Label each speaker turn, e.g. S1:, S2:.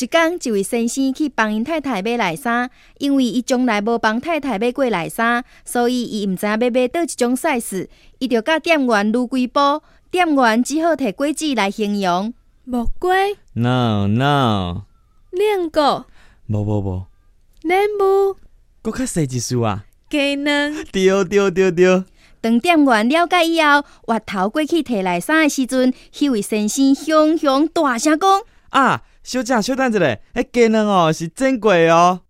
S1: 一天，一位先生去帮因太太买内衫，因为伊从来无帮太太买过内衫，所以伊毋知影要买倒一种 size，伊就甲店员撸几步，店员只好摕果子来形容。
S2: 木瓜、
S3: No no，
S2: 冷果、
S3: 无无无，
S2: 莲雾、
S3: 搁较细一丝啊！
S2: 鸡卵，
S3: 对对对对，
S1: 当店员了解以后，越头过去摕内衫的时阵，迄位先生雄雄大声讲。
S3: 啊，小姐小等一下，迄鸡卵哦是真贵哦。